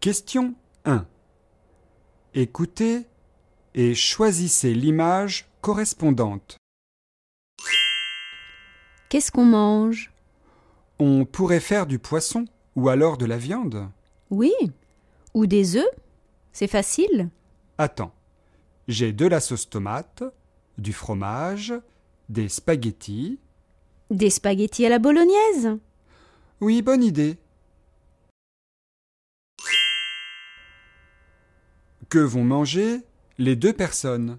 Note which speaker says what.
Speaker 1: Question 1. Écoutez et choisissez l'image correspondante.
Speaker 2: Qu'est-ce qu'on mange
Speaker 1: On pourrait faire du poisson ou alors de la viande.
Speaker 2: Oui. Ou des œufs C'est facile.
Speaker 1: Attends. J'ai de la sauce tomate, du fromage, des spaghettis.
Speaker 2: Des spaghettis à la bolognaise
Speaker 1: Oui, bonne idée. Que vont manger les deux personnes